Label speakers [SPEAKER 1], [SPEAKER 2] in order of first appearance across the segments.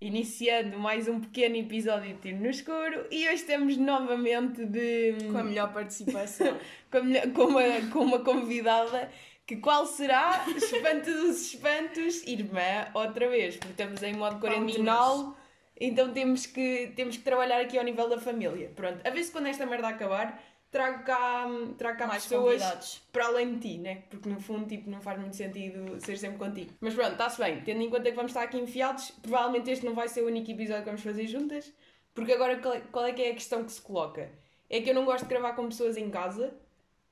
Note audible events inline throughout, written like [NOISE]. [SPEAKER 1] Iniciando mais um pequeno episódio de Tiro no Escuro e hoje estamos novamente de,
[SPEAKER 2] Com a melhor [LAUGHS] participação.
[SPEAKER 1] com, a mulher- com uma, com uma convidada que qual será? Espanto dos espantos, irmã, outra vez, porque estamos em modo quarentenal, então temos que, temos que trabalhar aqui ao nível da família. Pronto, a ver se quando esta merda acabar, trago cá, trago cá
[SPEAKER 2] Mais
[SPEAKER 1] pessoas
[SPEAKER 2] convidados.
[SPEAKER 1] para além de ti, né? Porque no fundo, tipo, não faz muito sentido ser sempre contigo. Mas pronto, está-se bem. Tendo em conta que vamos estar aqui enfiados, provavelmente este não vai ser o único episódio que vamos fazer juntas, porque agora qual é- qual é que é a questão que se coloca? É que eu não gosto de gravar com pessoas em casa,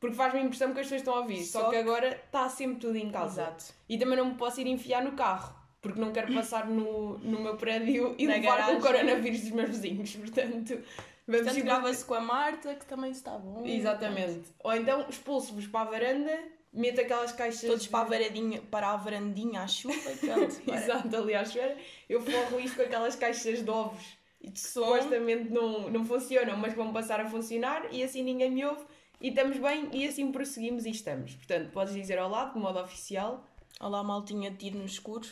[SPEAKER 1] porque faz-me a impressão que as pessoas estão a ouvir, só,
[SPEAKER 2] Só
[SPEAKER 1] que agora está sempre tudo em casa.
[SPEAKER 2] Exato.
[SPEAKER 1] E também não me posso ir enfiar no carro, porque não quero passar no, no meu prédio e
[SPEAKER 2] Na
[SPEAKER 1] levar com
[SPEAKER 2] garagem.
[SPEAKER 1] o coronavírus dos meus vizinhos, [LAUGHS] portanto... Vamos
[SPEAKER 2] Portanto,
[SPEAKER 1] igual-
[SPEAKER 2] grava-se com a Marta, que também está bom.
[SPEAKER 1] Exatamente. Ou então expulso-vos para a varanda, meto aquelas caixas.
[SPEAKER 2] Todos
[SPEAKER 1] de-
[SPEAKER 2] para a varandinha, para a varandinha à chuva. Pronto,
[SPEAKER 1] [LAUGHS]
[SPEAKER 2] para.
[SPEAKER 1] Exato, aliás, era. Eu forro isto com aquelas caixas de ovos
[SPEAKER 2] E de
[SPEAKER 1] que
[SPEAKER 2] som.
[SPEAKER 1] supostamente não, não funcionam, mas vão passar a funcionar e assim ninguém me ouve e estamos bem e assim prosseguimos e estamos. Portanto, podes dizer ao lado, de modo oficial, [LAUGHS]
[SPEAKER 2] Olá, maltinha, de tiro no escuro.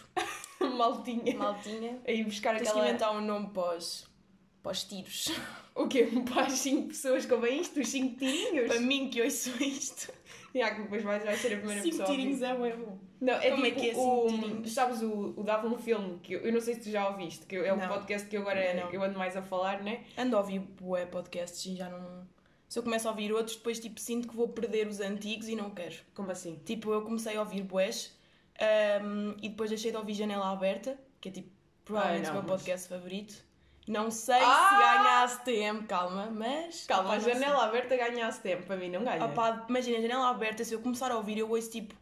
[SPEAKER 1] maltinha,
[SPEAKER 2] Maltinha.
[SPEAKER 1] aí buscar
[SPEAKER 2] Tens que
[SPEAKER 1] aquela.
[SPEAKER 2] inventar um nome para os, para os tiros.
[SPEAKER 1] O quê? Um Para as 5 pessoas convém isto? Os 5 tirinhos?
[SPEAKER 2] para mim que ouço isto.
[SPEAKER 1] E há que depois vais, vais ser a primeira
[SPEAKER 2] Cinco
[SPEAKER 1] pessoa. a ouvir.
[SPEAKER 2] tirinhos é bem bom.
[SPEAKER 1] Não, é
[SPEAKER 2] Como é
[SPEAKER 1] tipo,
[SPEAKER 2] que é assim,
[SPEAKER 1] o,
[SPEAKER 2] tirinhos?
[SPEAKER 1] sabes, o, o dava um filme, que eu, eu não sei se tu já ouviste, que eu- é um
[SPEAKER 2] Não.
[SPEAKER 1] podcast que eu agora
[SPEAKER 2] Não.
[SPEAKER 1] eu ando mais a falar, né?
[SPEAKER 2] Ando a ouvir bué podcasts e já não... Se eu começo a ouvir outros, depois tipo sinto que vou perder os antigos e não quero.
[SPEAKER 1] Como assim?
[SPEAKER 2] Tipo, eu comecei a ouvir bués hum, e depois deixei de ouvir Janela Aberta, que é tipo, provavelmente
[SPEAKER 1] Ah,
[SPEAKER 2] o
[SPEAKER 1] não,
[SPEAKER 2] meu
[SPEAKER 1] mas-
[SPEAKER 2] podcast favorito. Não sei se
[SPEAKER 1] Ah!
[SPEAKER 2] ganha ACTM, calma, mas...
[SPEAKER 1] Calma,
[SPEAKER 2] Opa,
[SPEAKER 1] a
[SPEAKER 2] não sei.
[SPEAKER 1] janela aberta ganha-se tempo, para mim não ganha.
[SPEAKER 2] Opa, imagina, Janela Aberta, se eu começar a ouvir, eu ouço tipo,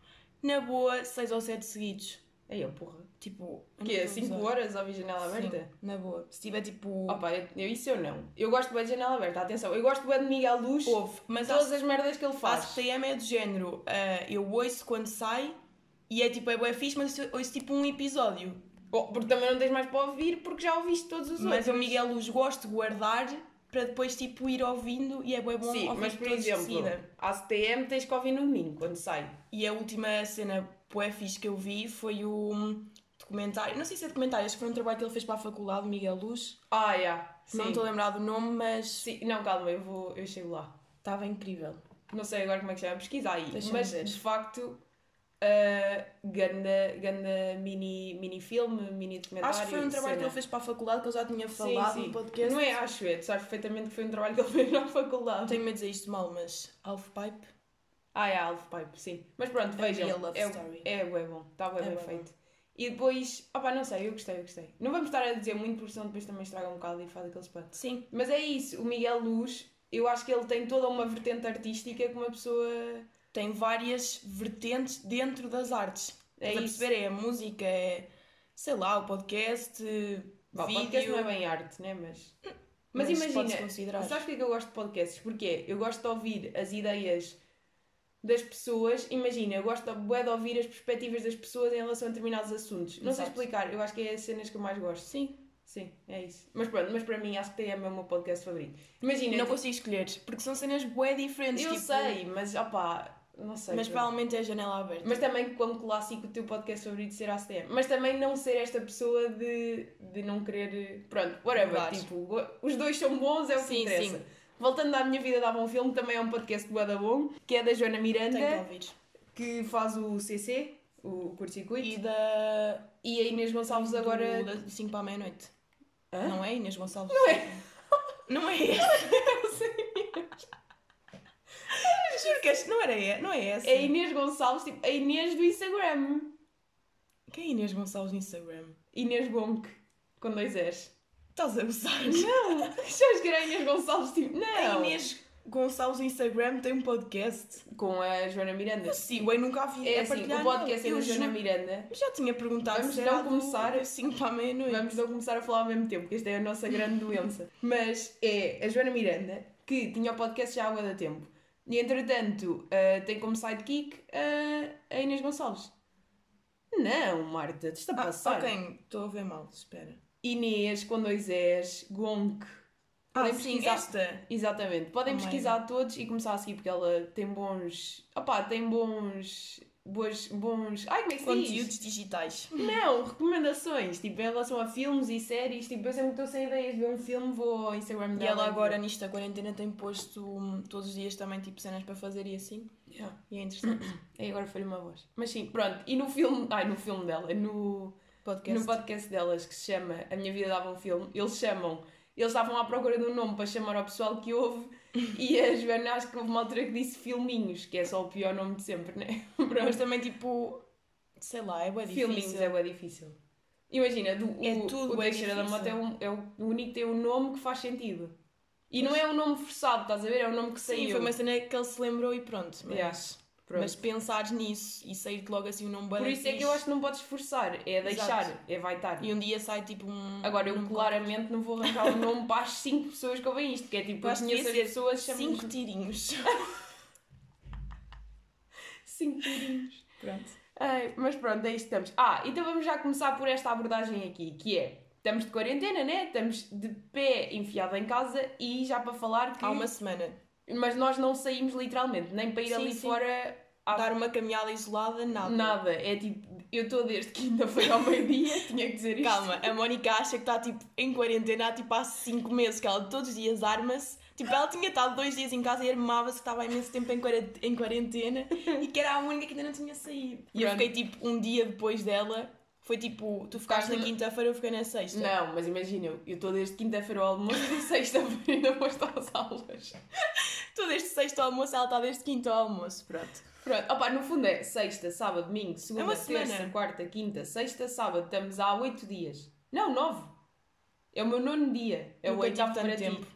[SPEAKER 2] na boa, 6 ou 7 seguidos.
[SPEAKER 1] Aí eu, oh, porra.
[SPEAKER 2] Tipo...
[SPEAKER 1] O quê? 5 horas ouvi janela aberta?
[SPEAKER 2] Sim, na boa. Se tiver tipo...
[SPEAKER 1] Opa, eu, eu- isso eu não. Eu gosto bem de janela aberta, atenção. Eu gosto bem de Miguel Luz,
[SPEAKER 2] Ouve, mas
[SPEAKER 1] todas as merdas que ele
[SPEAKER 2] A
[SPEAKER 1] faz.
[SPEAKER 2] CTM é do género, ah, eu ouço quando sai e é tipo, é bué fixe, mas eu ouço tipo um episódio.
[SPEAKER 1] Oh, porque também não tens mais para ouvir, porque já ouviste todos os
[SPEAKER 2] Mas
[SPEAKER 1] outros.
[SPEAKER 2] o Miguel Luz gosta de guardar para depois tipo ir ouvindo e é bué bom
[SPEAKER 1] Sim,
[SPEAKER 2] ouvir
[SPEAKER 1] mas por
[SPEAKER 2] todos de
[SPEAKER 1] exemplo,
[SPEAKER 2] seguida.
[SPEAKER 1] a CTM tens que ouvir no domingo, quando sai.
[SPEAKER 2] E a última cena bué fixe que eu vi foi o documentário, não sei se é documentário, acho que foi um trabalho que ele fez para a faculdade, o Miguel Luz.
[SPEAKER 1] Ah, já. Sim.
[SPEAKER 2] Não estou a lembrar do nome, mas
[SPEAKER 1] Sim, não, calma, eu, vou, eu chego lá.
[SPEAKER 2] estava incrível.
[SPEAKER 1] não sei agora como é que chama, pesquisa aí,
[SPEAKER 2] Deixa-me
[SPEAKER 1] mas
[SPEAKER 2] ver.
[SPEAKER 1] de facto, uh, ganda, ganda mini, mini filme, mini documentário.
[SPEAKER 2] Acho que foi um trabalho que ele fez para a faculdade que eu já tinha falado no podcast.
[SPEAKER 1] Não é, acho é, tu sabes perfeitamente que foi um trabalho que ele [LAUGHS] fez na
[SPEAKER 2] Não
[SPEAKER 1] faculdade.
[SPEAKER 2] tenho medo de dizer isto mal, mas Alf Pipe.
[SPEAKER 1] Ah, é, Alf Pipe, sim. Mas pronto, vejam.
[SPEAKER 2] real love
[SPEAKER 1] é,
[SPEAKER 2] story.
[SPEAKER 1] é bué bom, está bem,
[SPEAKER 2] É
[SPEAKER 1] bem
[SPEAKER 2] bué
[SPEAKER 1] feito. E depois, opá, não sei, eu gostei, eu gostei. Não vamos estar a dizer muito, porque senão depois também estraga um bocado e faz aquele espanto.
[SPEAKER 2] Sim,
[SPEAKER 1] Mas é isso, o Miguel Luz, eu acho que ele tem toda uma vertente artística que uma pessoa.
[SPEAKER 2] tem várias vertentes dentro das artes.
[SPEAKER 1] É
[SPEAKER 2] É a
[SPEAKER 1] isso.
[SPEAKER 2] perceber? É a música, é sei lá, o podcast,
[SPEAKER 1] Bom,
[SPEAKER 2] vídeo.
[SPEAKER 1] podcast não é bem arte, né? Mas. Mas,
[SPEAKER 2] pode-se
[SPEAKER 1] imagina,
[SPEAKER 2] considerar.
[SPEAKER 1] sabes porque é que eu gosto de podcasts? Porque eu gosto de ouvir as ideias das pessoas. Imagina, eu gosto de, bué de ouvir as perspectivas das pessoas em relação a determinados assuntos. Não sei
[SPEAKER 2] Exato.
[SPEAKER 1] explicar, eu acho que é as cenas que eu mais gosto.
[SPEAKER 2] Sim,
[SPEAKER 1] Sim, é isso. Mas pronto, mas para mim acho que TM é o meu podcast favorito. Imagina,
[SPEAKER 2] não
[SPEAKER 1] eu,
[SPEAKER 2] consigo escolher, porque são cenas bué diferentes. tipo,
[SPEAKER 1] sei, mas opá, não sei.
[SPEAKER 2] Mas provavelmente é a janela aberta.
[SPEAKER 1] Mas também como clássico o teu podcast favorito ser ACM. Mas também não ser esta pessoa de, de não querer. Pronto, whatever.
[SPEAKER 2] Mudar.
[SPEAKER 1] Tipo, go- os dois são bons, é o que
[SPEAKER 2] Sim,
[SPEAKER 1] interessa.
[SPEAKER 2] sim.
[SPEAKER 1] Voltando à minha vida dava um filme, também é um podcast do Badabom, que é da Joana Miranda,
[SPEAKER 2] Tenho que ouvir.
[SPEAKER 1] que faz o CC, o curto circuito,
[SPEAKER 2] E da.
[SPEAKER 1] e a Inês Gonçalves agora.
[SPEAKER 2] Do, da 5 para a meia-noite.
[SPEAKER 1] Hã?
[SPEAKER 2] Não é Inês Gonçalves? Não é. [LAUGHS] Não é
[SPEAKER 1] [LAUGHS]
[SPEAKER 2] esse. Juro que este não era esse. Não é esse.
[SPEAKER 1] É a Inês Gonçalves, tipo, a Inês do Instagram.
[SPEAKER 2] Quem é Inês Gonçalves no Instagram?
[SPEAKER 1] Inês Gonk, com dois [LAUGHS] S.
[SPEAKER 2] Estás a usar?
[SPEAKER 1] Não! Achas que era a Inês Gonçalves, tipo,
[SPEAKER 2] A
[SPEAKER 1] não!
[SPEAKER 2] Inês Gonçalves no Instagram tem um podcast.
[SPEAKER 1] Com a Joana Miranda.
[SPEAKER 2] Eu sigo, eu nunca a vi
[SPEAKER 1] É
[SPEAKER 2] a
[SPEAKER 1] assim,
[SPEAKER 2] partilhar,
[SPEAKER 1] o podcast é
[SPEAKER 2] não.
[SPEAKER 1] da
[SPEAKER 2] Eu
[SPEAKER 1] Joana
[SPEAKER 2] juro.
[SPEAKER 1] Miranda.
[SPEAKER 2] Eu já tinha perguntado
[SPEAKER 1] Vamos
[SPEAKER 2] se era
[SPEAKER 1] não começar.
[SPEAKER 2] 5 para a meia-noite.
[SPEAKER 1] Vamos não começar a falar ao mesmo tempo, que esta é a nossa grande
[SPEAKER 2] [LAUGHS]
[SPEAKER 1] doença. Mas é a Joana Miranda, que tinha o podcast já há bué da tempo. E entretanto, ah, tem como sidekick ah, a Inês Gonçalves. Não, Marta, te está a
[SPEAKER 2] Ah,
[SPEAKER 1] passar.
[SPEAKER 2] ok, estou a ver mal, espera.
[SPEAKER 1] Inês com dois S, Gonk.
[SPEAKER 2] Ah,
[SPEAKER 1] Podem
[SPEAKER 2] sim,
[SPEAKER 1] pesquisar.
[SPEAKER 2] esta. é
[SPEAKER 1] Exatamente. Podem
[SPEAKER 2] Oh my
[SPEAKER 1] pesquisar todos e começar a seguir, porque ela tem bons. Opá, tem bons. boas, bons. Ai, como é que se diz?
[SPEAKER 2] Conteúdos digitais.
[SPEAKER 1] Não, recomendações, tipo, em relação a filmes e séries, tipo, eu sempre estou sem ideias de ver um filme, vou ao Instagram
[SPEAKER 2] E
[SPEAKER 1] dela.
[SPEAKER 2] ela
[SPEAKER 1] ver.
[SPEAKER 2] agora, nesta quarentena, tem posto hum, todos os dias também, tipo, cenas para fazer e assim.
[SPEAKER 1] Yeah.
[SPEAKER 2] E é interessante.
[SPEAKER 1] Aí agora foi uma voz. Mas sim, pronto, e no filme, ai, no filme dela, no,
[SPEAKER 2] [COUGHS] Podcast.
[SPEAKER 1] no podcast delas que se chama A Minha Vida Dava um Filme, eles chamam, eles estavam à procura de um nome para chamar ao pessoal que ouve e a Joana acho que houve uma altura que disse Filminhos, que é só o pior nome de sempre, né?
[SPEAKER 2] Mas
[SPEAKER 1] Pronto,
[SPEAKER 2] também, tipo, sei lá, é bué
[SPEAKER 1] Filminhos
[SPEAKER 2] difícil.
[SPEAKER 1] é bem difícil. Imagina, do,
[SPEAKER 2] É
[SPEAKER 1] o,
[SPEAKER 2] tudo
[SPEAKER 1] o
[SPEAKER 2] bué
[SPEAKER 1] Teixeira da Mota é,
[SPEAKER 2] difícil.
[SPEAKER 1] um- é o único que tem um nome que faz sentido. E não é um nome forçado, estás a ver? É um nome que saiu.
[SPEAKER 2] Sim, foi uma cena que ele se lembrou e pronto. Mas,
[SPEAKER 1] Yeah, Pronto.
[SPEAKER 2] mas pensares nisso e sair-te logo assim o nome bué
[SPEAKER 1] Por
[SPEAKER 2] da
[SPEAKER 1] isso é que
[SPEAKER 2] fixe.
[SPEAKER 1] eu acho que não podes forçar, é deixar, é vai estar.
[SPEAKER 2] E um dia sai, tipo, um...
[SPEAKER 1] Agora, eu
[SPEAKER 2] um
[SPEAKER 1] claramente não vou arrancar o nome para as 5 pessoas que ouvem isto, que é tipo, eu
[SPEAKER 2] Acho que
[SPEAKER 1] conheço as
[SPEAKER 2] devia
[SPEAKER 1] pessoas,
[SPEAKER 2] Cinco
[SPEAKER 1] chamamos
[SPEAKER 2] tirinhos.
[SPEAKER 1] 5 tirinhos.
[SPEAKER 2] pronto.
[SPEAKER 1] Ai, mas pronto, é isto que estamos. Ah, então vamos já começar por esta abordagem aqui, que é, estamos de quarentena, né? Estamos de pé enfiado em casa e já para falar que...
[SPEAKER 2] Há uma semana.
[SPEAKER 1] Mas nós não saímos literalmente, nem para ir
[SPEAKER 2] Sim,
[SPEAKER 1] ali
[SPEAKER 2] sim.
[SPEAKER 1] fora Ah.
[SPEAKER 2] Dar uma caminhada isolada, nada.
[SPEAKER 1] Nada, é tipo, eu estou desde quinta-feira ao meio-dia, [LAUGHS] tinha que dizer isto.
[SPEAKER 2] Calma, a Mónica acha que está tipo em quarentena há tipo há 5 meses, que ela todos os dias arma-se. Tipo, ela tinha estado dois dias em casa e armava-se que estava há imenso tempo em quaren- em quarentena e que era a única que ainda não tinha saído. E eu
[SPEAKER 1] Pronto.
[SPEAKER 2] fiquei tipo um dia depois dela, foi tipo, tu ficaste na
[SPEAKER 1] Ficaste-
[SPEAKER 2] quinta-feira, eu fiquei na sexta.
[SPEAKER 1] Não, mas imagina, eu estou desde quinta-feira ao almoço e sexta-feira ainda vou estar às aulas.
[SPEAKER 2] Tu desde sexta ao almoço, ela está desde quinta ao almoço, pronto.
[SPEAKER 1] Pronto, opa, no fundo é sexta, sábado, domingo,
[SPEAKER 2] É
[SPEAKER 1] segunda,
[SPEAKER 2] uma
[SPEAKER 1] terça,
[SPEAKER 2] semana.
[SPEAKER 1] quarta, quinta, sexta, sábado, estamos há oito dias. Não, nove. É o meu nono dia, é o
[SPEAKER 2] Nunca tive
[SPEAKER 1] oitavo
[SPEAKER 2] tanto
[SPEAKER 1] para ti.
[SPEAKER 2] tempo.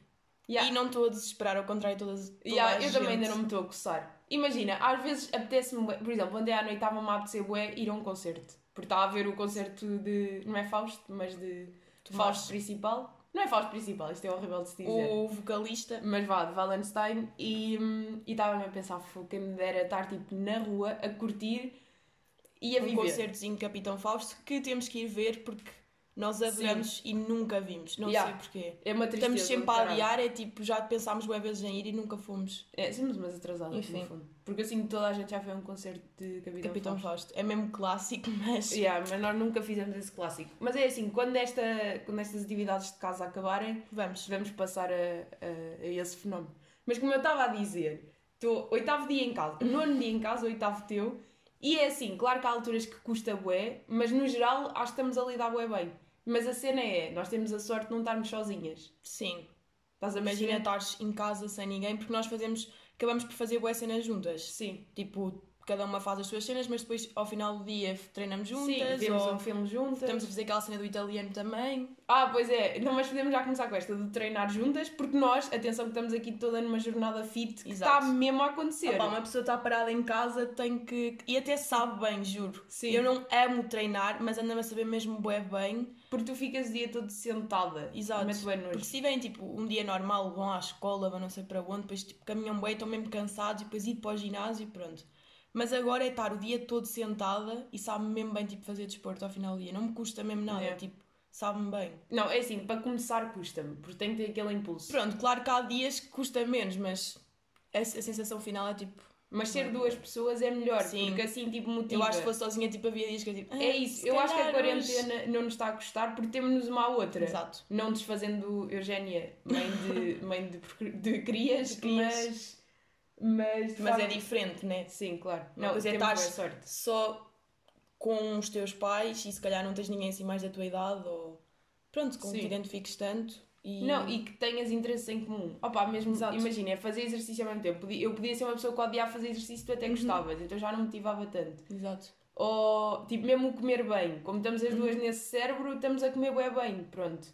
[SPEAKER 1] Yeah.
[SPEAKER 2] E não estou a desesperar, ao contrário de todas, toda
[SPEAKER 1] Ya,
[SPEAKER 2] a
[SPEAKER 1] eu também ainda
[SPEAKER 2] gente.
[SPEAKER 1] não me estou a coçar. Imagina, às vezes apetece-me, bué- por exemplo, ontem à noite estava-me a apetecer bué ir a um concerto. Porque estava a ver o concerto de, não é Fausto, mas de
[SPEAKER 2] Tomás.
[SPEAKER 1] Fausto Principal. Não é Fausto Principal, isto é horrível de se dizer.
[SPEAKER 2] O vocalista.
[SPEAKER 1] Mas vá, de Valenstein. E hum, e estava-me a pensar, "Fogo, quem me dera estar tipo na rua a curtir e a
[SPEAKER 2] um
[SPEAKER 1] viver.
[SPEAKER 2] concertozinho de Capitão Fausto que temos que ir ver porque nós adoramos e nunca vimos. Não
[SPEAKER 1] Yeah.
[SPEAKER 2] sei porquê.
[SPEAKER 1] É uma tristeza.
[SPEAKER 2] Estamos sempre
[SPEAKER 1] do
[SPEAKER 2] a
[SPEAKER 1] caralho.
[SPEAKER 2] adiar, é tipo, já pensámos boas vezes em ir e nunca fomos.
[SPEAKER 1] É, somos umas atrasadas,
[SPEAKER 2] Enfim.
[SPEAKER 1] no fundo. Porque assim toda a gente já foi a um concerto de Capitão,
[SPEAKER 2] Capitão
[SPEAKER 1] Fausto.
[SPEAKER 2] Fausto. É mesmo clássico, [LAUGHS] mas.
[SPEAKER 1] Yeah, mas nós nunca fizemos esse clássico. Mas é assim, quando, esta, quando estas atividades de casa acabarem,
[SPEAKER 2] Vamos.
[SPEAKER 1] vamos passar a, a- a esse fenómeno. Mas como eu estava a dizer, estou oitavo dia em casa, nono dia em casa, oitavo teu, e é assim, claro que há alturas que custa bué, mas no geral acho que estamos a lidar bué bem. Mas a cena é, nós temos a sorte de não estarmos sozinhas.
[SPEAKER 2] Sim.
[SPEAKER 1] Estás a
[SPEAKER 2] Imagina
[SPEAKER 1] perceber?
[SPEAKER 2] estares em casa sem ninguém porque nós fazemos. Acabamos por fazer boas cenas juntas.
[SPEAKER 1] Sim.
[SPEAKER 2] Tipo, cada uma faz as suas cenas, mas depois ao final do dia treinamos
[SPEAKER 1] Sim,
[SPEAKER 2] juntas.
[SPEAKER 1] vemos
[SPEAKER 2] ou
[SPEAKER 1] um filme juntas.
[SPEAKER 2] Estamos a fazer aquela cena do italiano também.
[SPEAKER 1] Ah, pois é. Não, mas podemos já começar com esta de treinar juntas, porque nós, atenção que estamos aqui toda numa jornada fit que está
[SPEAKER 2] Exato.
[SPEAKER 1] mesmo a acontecer.
[SPEAKER 2] Opa, uma pessoa está parada em casa, tem que. E até sabe bem, juro.
[SPEAKER 1] Sim.
[SPEAKER 2] Eu não amo treinar, mas anda-me a saber mesmo bué bem.
[SPEAKER 1] Porque tu ficas o dia todo sentada.
[SPEAKER 2] Exato.
[SPEAKER 1] Mete bué
[SPEAKER 2] Porque
[SPEAKER 1] nojo.
[SPEAKER 2] se tiverem tipo um dia normal, vão à escola, vão não sei para onde, depois tipo, caminham bem, estão mesmo cansados e depois ir para o ginásio e pronto. Mas agora é estar o dia todo sentada e sabe mesmo bem tipo, fazer desporto ao final do dia. Não me custa mesmo nada,
[SPEAKER 1] É.
[SPEAKER 2] tipo, sabe-me bem.
[SPEAKER 1] Não, é assim, para começar custa-me, porque tem que ter aquele impulso.
[SPEAKER 2] Pronto, claro que há dias que custa menos, mas a, a sensação final é tipo.
[SPEAKER 1] Mas ser duas pessoas é melhor,
[SPEAKER 2] Sim.
[SPEAKER 1] porque assim, tipo, motiva.
[SPEAKER 2] Eu acho que fosse sozinha, tipo, havia dias que eu tipo.
[SPEAKER 1] É
[SPEAKER 2] "Ah,
[SPEAKER 1] isso,
[SPEAKER 2] se
[SPEAKER 1] eu acho que a
[SPEAKER 2] calhar hoje-"
[SPEAKER 1] quarentena não nos está a gostar porque temos-nos uma à outra.
[SPEAKER 2] Exato.
[SPEAKER 1] Não desfazendo Eugénia, mãe
[SPEAKER 2] [LAUGHS]
[SPEAKER 1] de, mãe de, procri- de crias,
[SPEAKER 2] De crias.
[SPEAKER 1] mas. Mas, de
[SPEAKER 2] Mas é
[SPEAKER 1] facto-
[SPEAKER 2] diferente, né?
[SPEAKER 1] Sim, claro.
[SPEAKER 2] Uma
[SPEAKER 1] Não,
[SPEAKER 2] coisa é
[SPEAKER 1] temos boa
[SPEAKER 2] estares-
[SPEAKER 1] sorte.
[SPEAKER 2] Só com os teus pais e se calhar não tens ninguém assim mais da tua idade ou pronto, com que
[SPEAKER 1] Sim.
[SPEAKER 2] te identifiques tanto e
[SPEAKER 1] Não, e que tenhas interesses em comum. Opa, mesmo,
[SPEAKER 2] Exato.
[SPEAKER 1] imagina, é fazer exercício ao mesmo tempo. Podia- Eu podia ser uma pessoa que odiava fazer exercício, tu até
[SPEAKER 2] Uhum.
[SPEAKER 1] gostavas, então já não me motivava tanto.
[SPEAKER 2] exato.
[SPEAKER 1] Ou, tipo, mesmo o comer bem. Como estamos as
[SPEAKER 2] Uhum.
[SPEAKER 1] duas nesse cérebro, estamos a comer bué bem, pronto.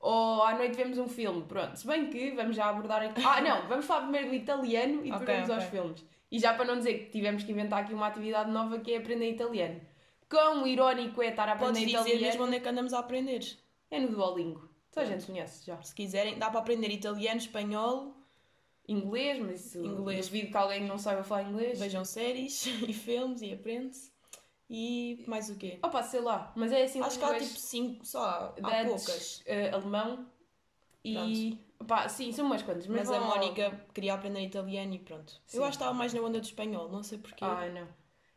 [SPEAKER 1] Ou à noite vemos um filme, pronto. Se bem que vamos já abordar aqui... Ah, não, vamos falar primeiro do italiano e depois
[SPEAKER 2] Ok,
[SPEAKER 1] vamos aos
[SPEAKER 2] ok.
[SPEAKER 1] filmes. E já para não dizer que tivemos que inventar aqui uma atividade nova que é aprender italiano. Quão irónico é estar a aprender
[SPEAKER 2] Podes dizer
[SPEAKER 1] italiano.
[SPEAKER 2] mesmo onde é que andamos a aprender. Se
[SPEAKER 1] É no Duolingo. Toda a gente conhece já.
[SPEAKER 2] quiserem, dá para aprender italiano, espanhol,
[SPEAKER 1] inglês, mas isso
[SPEAKER 2] Inglês.
[SPEAKER 1] duvido que alguém não saiba falar inglês.
[SPEAKER 2] vejam séries [LAUGHS] e filmes e aprende-se. E mais o quê?
[SPEAKER 1] Opa, sei lá, mas é assim
[SPEAKER 2] Acho que há
[SPEAKER 1] línguas
[SPEAKER 2] tipo cinco, só há, há
[SPEAKER 1] Dutch,
[SPEAKER 2] poucas.
[SPEAKER 1] eh, alemão e. Opa, sim, são umas quantas, mas, oh,
[SPEAKER 2] Mas a
[SPEAKER 1] vão-
[SPEAKER 2] Mónica queria aprender italiano e pronto.
[SPEAKER 1] Sim.
[SPEAKER 2] Eu acho que estava mais na onda do espanhol, não sei porquê.
[SPEAKER 1] Ah, não.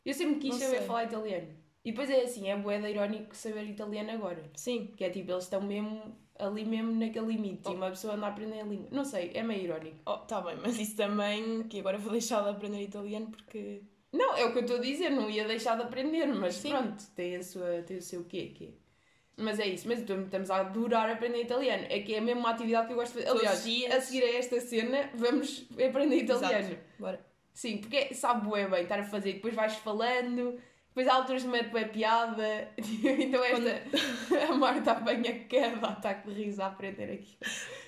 [SPEAKER 1] Eu sempre quis
[SPEAKER 2] Não
[SPEAKER 1] saber
[SPEAKER 2] sei.
[SPEAKER 1] falar italiano. E depois é assim, é boeda irónico saber italiano agora.
[SPEAKER 2] Sim.
[SPEAKER 1] Que é tipo, eles estão mesmo ali mesmo naquele limite e uma pessoa anda a aprender a língua. Não sei, é meio irónico.
[SPEAKER 2] Oh, tá bem, mas isso também, que agora vou deixar de aprender italiano porque.
[SPEAKER 1] Não, é o que eu estou a dizer, não ia deixar de aprender, mas
[SPEAKER 2] Sim.
[SPEAKER 1] pronto, tem, a sua, tem o seu quê, quê. Mas é isso, mas então estamos a adorar aprender italiano. É que é mesmo uma atividade que eu gosto de fazer.
[SPEAKER 2] Todos os
[SPEAKER 1] Aliás,
[SPEAKER 2] dias.
[SPEAKER 1] a seguir a esta cena, vamos aprender italiano.
[SPEAKER 2] Exato. Bora.
[SPEAKER 1] Sim, porque sabe bué bem estar a fazer, depois vais falando, depois há alturas de mete bué piada. [LAUGHS] Então esta, [LAUGHS] a Marta apanha cada ataque de riso a aprender aqui.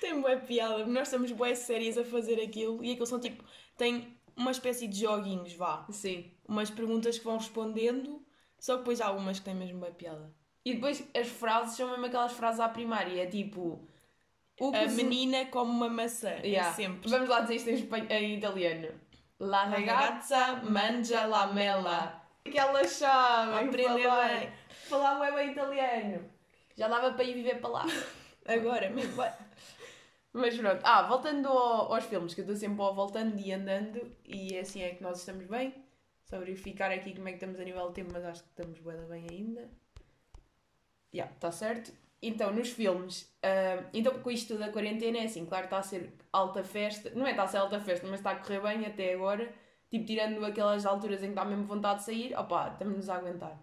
[SPEAKER 2] Tem boa piada, nós estamos boas séries a fazer aquilo e aquilo são tipo. Tem uma espécie de joguinhos, vá.
[SPEAKER 1] Sim.
[SPEAKER 2] Umas perguntas que vão respondendo, só que depois há umas que têm mesmo boa piada.
[SPEAKER 1] E depois as frases são mesmo aquelas frases à primária, é tipo... O
[SPEAKER 2] A
[SPEAKER 1] cozi-
[SPEAKER 2] menina come uma maçã,
[SPEAKER 1] Yeah.
[SPEAKER 2] é sempre.
[SPEAKER 1] Vamos lá dizer isto em, espan- em italiano. La
[SPEAKER 2] A ragazza mangia la mela.
[SPEAKER 1] Que ela sabe
[SPEAKER 2] Aprender
[SPEAKER 1] falar.
[SPEAKER 2] bem.
[SPEAKER 1] Falar bué bem italiano. Já dava para ir viver para lá.
[SPEAKER 2] Agora mesmo. vai.
[SPEAKER 1] Mas pronto, ah, voltando ao- aos filmes, que eu estou sempre ao voltando e andando, e assim é que nós estamos bem. Só verificar aqui como é que estamos a nível de tempo, mas acho que estamos bué da bem ainda. Já, está certo. Então, nos filmes, ah, então com isto tudo a quarentena é assim, claro, está a ser alta festa, não é está a ser alta festa, mas está a correr bem até agora, tipo, tirando aquelas alturas em que dá mesmo vontade de sair, opá, estamos-nos a aguentar.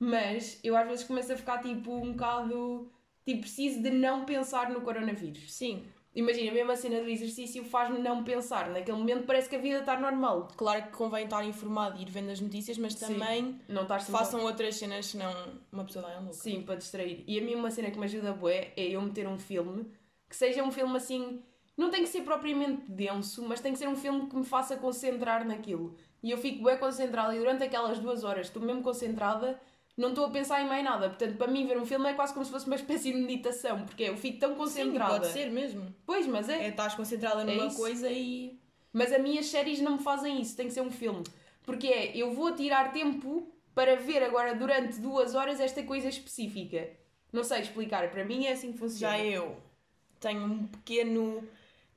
[SPEAKER 1] Mas eu às vezes começo a ficar tipo um bocado, tipo, preciso de não pensar no coronavírus.
[SPEAKER 2] Sim,
[SPEAKER 1] Imagina, mesmo a cena do exercício faz-me não pensar. Naquele momento parece que a vida está normal.
[SPEAKER 2] claro que convém estar informado e ir vendo as notícias, mas
[SPEAKER 1] Sim.
[SPEAKER 2] também
[SPEAKER 1] Não estás sempre-
[SPEAKER 2] façam outras cenas, senão uma pessoa dá em louco.
[SPEAKER 1] Sim, para distrair. E a mim uma cena que me ajuda bué é eu meter um filme que seja um filme assim... Não tem que ser propriamente denso, mas tem que ser um filme que me faça concentrar naquilo. E eu fico bué concentrada e durante aquelas duas horas estou mesmo concentrada, não estou a pensar em mais nada. Portanto, para mim ver um filme é quase como se fosse uma espécie de meditação, porque eu fico tão concentrada.
[SPEAKER 2] pode ser mesmo.
[SPEAKER 1] Pois, mas
[SPEAKER 2] É, estás concentrada
[SPEAKER 1] É
[SPEAKER 2] numa
[SPEAKER 1] isso.
[SPEAKER 2] coisa e.
[SPEAKER 1] Mas a minhas séries não me fazem isso, tem que ser um filme. Porque é, eu vou tirar tempo para ver agora durante duas horas esta coisa específica. Não sei explicar, para mim é assim que funciona.
[SPEAKER 2] Já eu tenho um pequeno.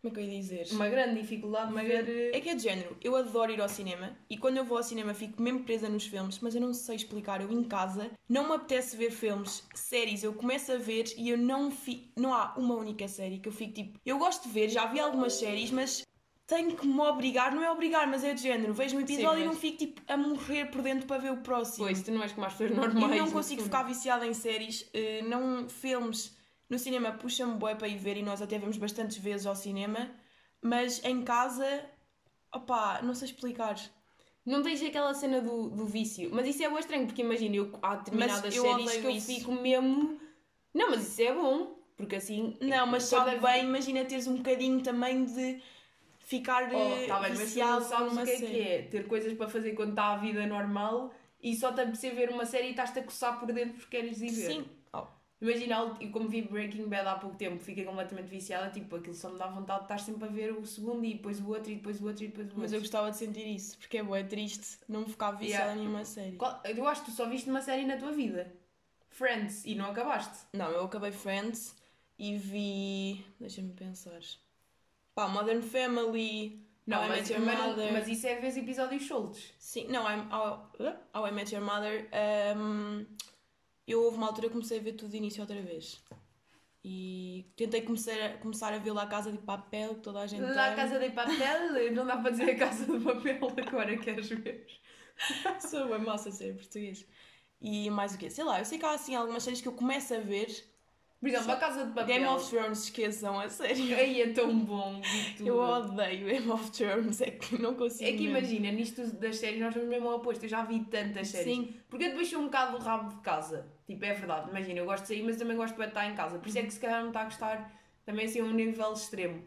[SPEAKER 2] Como é que eu ia dizer?
[SPEAKER 1] Uma grande dificuldade
[SPEAKER 2] Uma
[SPEAKER 1] de
[SPEAKER 2] grande-
[SPEAKER 1] ver...
[SPEAKER 2] É que é de género. Eu adoro ir ao cinema e quando eu vou ao cinema fico mesmo presa nos filmes, mas eu não sei explicar. Eu em casa não me apetece ver filmes, séries. Eu começo a ver e eu não fico. Não há uma única série que eu fico tipo. Eu gosto de ver, já vi algumas séries, mas. Tenho que me obrigar, não é obrigar, mas é de género. Vejo um episódio e
[SPEAKER 1] mas-
[SPEAKER 2] não fico tipo a morrer por dentro para ver o próximo.
[SPEAKER 1] Pois, tu não és como as pessoas
[SPEAKER 2] Eu
[SPEAKER 1] normais.
[SPEAKER 2] não
[SPEAKER 1] no
[SPEAKER 2] consigo
[SPEAKER 1] fundo.
[SPEAKER 2] ficar viciada em séries, eh, não filmes. No cinema puxa-me bué para ir ver e nós até vemos bastantes vezes ao cinema, mas em casa, opá, não sei explicar.
[SPEAKER 1] Não tens aquela cena do, do vício. Mas isso é bem estranho, porque imagina, eu, há determinadas
[SPEAKER 2] eu
[SPEAKER 1] séries
[SPEAKER 2] odeio
[SPEAKER 1] que eu
[SPEAKER 2] isso.
[SPEAKER 1] fico mesmo... Não, mas isso é bom, porque assim...
[SPEAKER 2] Não, mas
[SPEAKER 1] cada
[SPEAKER 2] sabe bem, imagina teres um bocadinho também de ficar
[SPEAKER 1] Oh,
[SPEAKER 2] eh,
[SPEAKER 1] tá bem, mas tu não
[SPEAKER 2] viciado
[SPEAKER 1] sabes
[SPEAKER 2] numa
[SPEAKER 1] o que é que
[SPEAKER 2] série.
[SPEAKER 1] é ter coisas para fazer quando está a vida normal e só te apetecer ver uma série e estás-te a coçar por dentro porque queres ir ver.
[SPEAKER 2] Sim. Oh,
[SPEAKER 1] Imagina, eu como vi Breaking Bad há pouco tempo, fiquei completamente viciada, tipo, aquilo só me dá vontade de estar sempre a ver o segundo e depois o outro e depois o outro e depois o outro.
[SPEAKER 2] mas eu gostava de sentir isso, porque é bué triste não ficar viciada
[SPEAKER 1] Yeah.
[SPEAKER 2] em nenhuma série.
[SPEAKER 1] Qual- eu acho que tu só viste uma série na tua vida. Friends, e não acabaste.
[SPEAKER 2] Não, eu acabei Friends e vi. Deixa-me pensar. Pá, Modern Family. How I Met Your
[SPEAKER 1] mas, não-
[SPEAKER 2] Mother.
[SPEAKER 1] mas isso é ver episódios soltos.
[SPEAKER 2] Sim, não, I'm, ao, ao I Met Your Mother, um, eu houve uma altura que comecei a ver tudo de início outra vez. E tentei começar a, começar a ver lá a Casa de Papel, que toda a gente
[SPEAKER 1] Lá a
[SPEAKER 2] ama.
[SPEAKER 1] Casa de Papel, não dá para dizer a Casa de Papel [LAUGHS] agora, queres ver?
[SPEAKER 2] [LAUGHS] Sou bem massa ser português. E mais o quê? Sei lá, eu sei que há assim algumas séries que eu começo a ver.
[SPEAKER 1] Por exemplo, a Casa de Papel.
[SPEAKER 2] Game of Thrones, esqueçam, a sério.
[SPEAKER 1] Ei, é tão bom. vi tudo.
[SPEAKER 2] Eu odeio Game of Thrones, é que não consigo
[SPEAKER 1] É que
[SPEAKER 2] mesmo.
[SPEAKER 1] imagina, nisto das séries nós somos mesmo ao oposto. Eu já vi tantas séries.
[SPEAKER 2] Sim,
[SPEAKER 1] Porque eu depois sou um bocado o rabo de casa. Tipo, é verdade. Imagina, eu gosto de sair, mas também gosto de estar em casa. Por isso é que se calhar não está a gostar também assim a um nível extremo.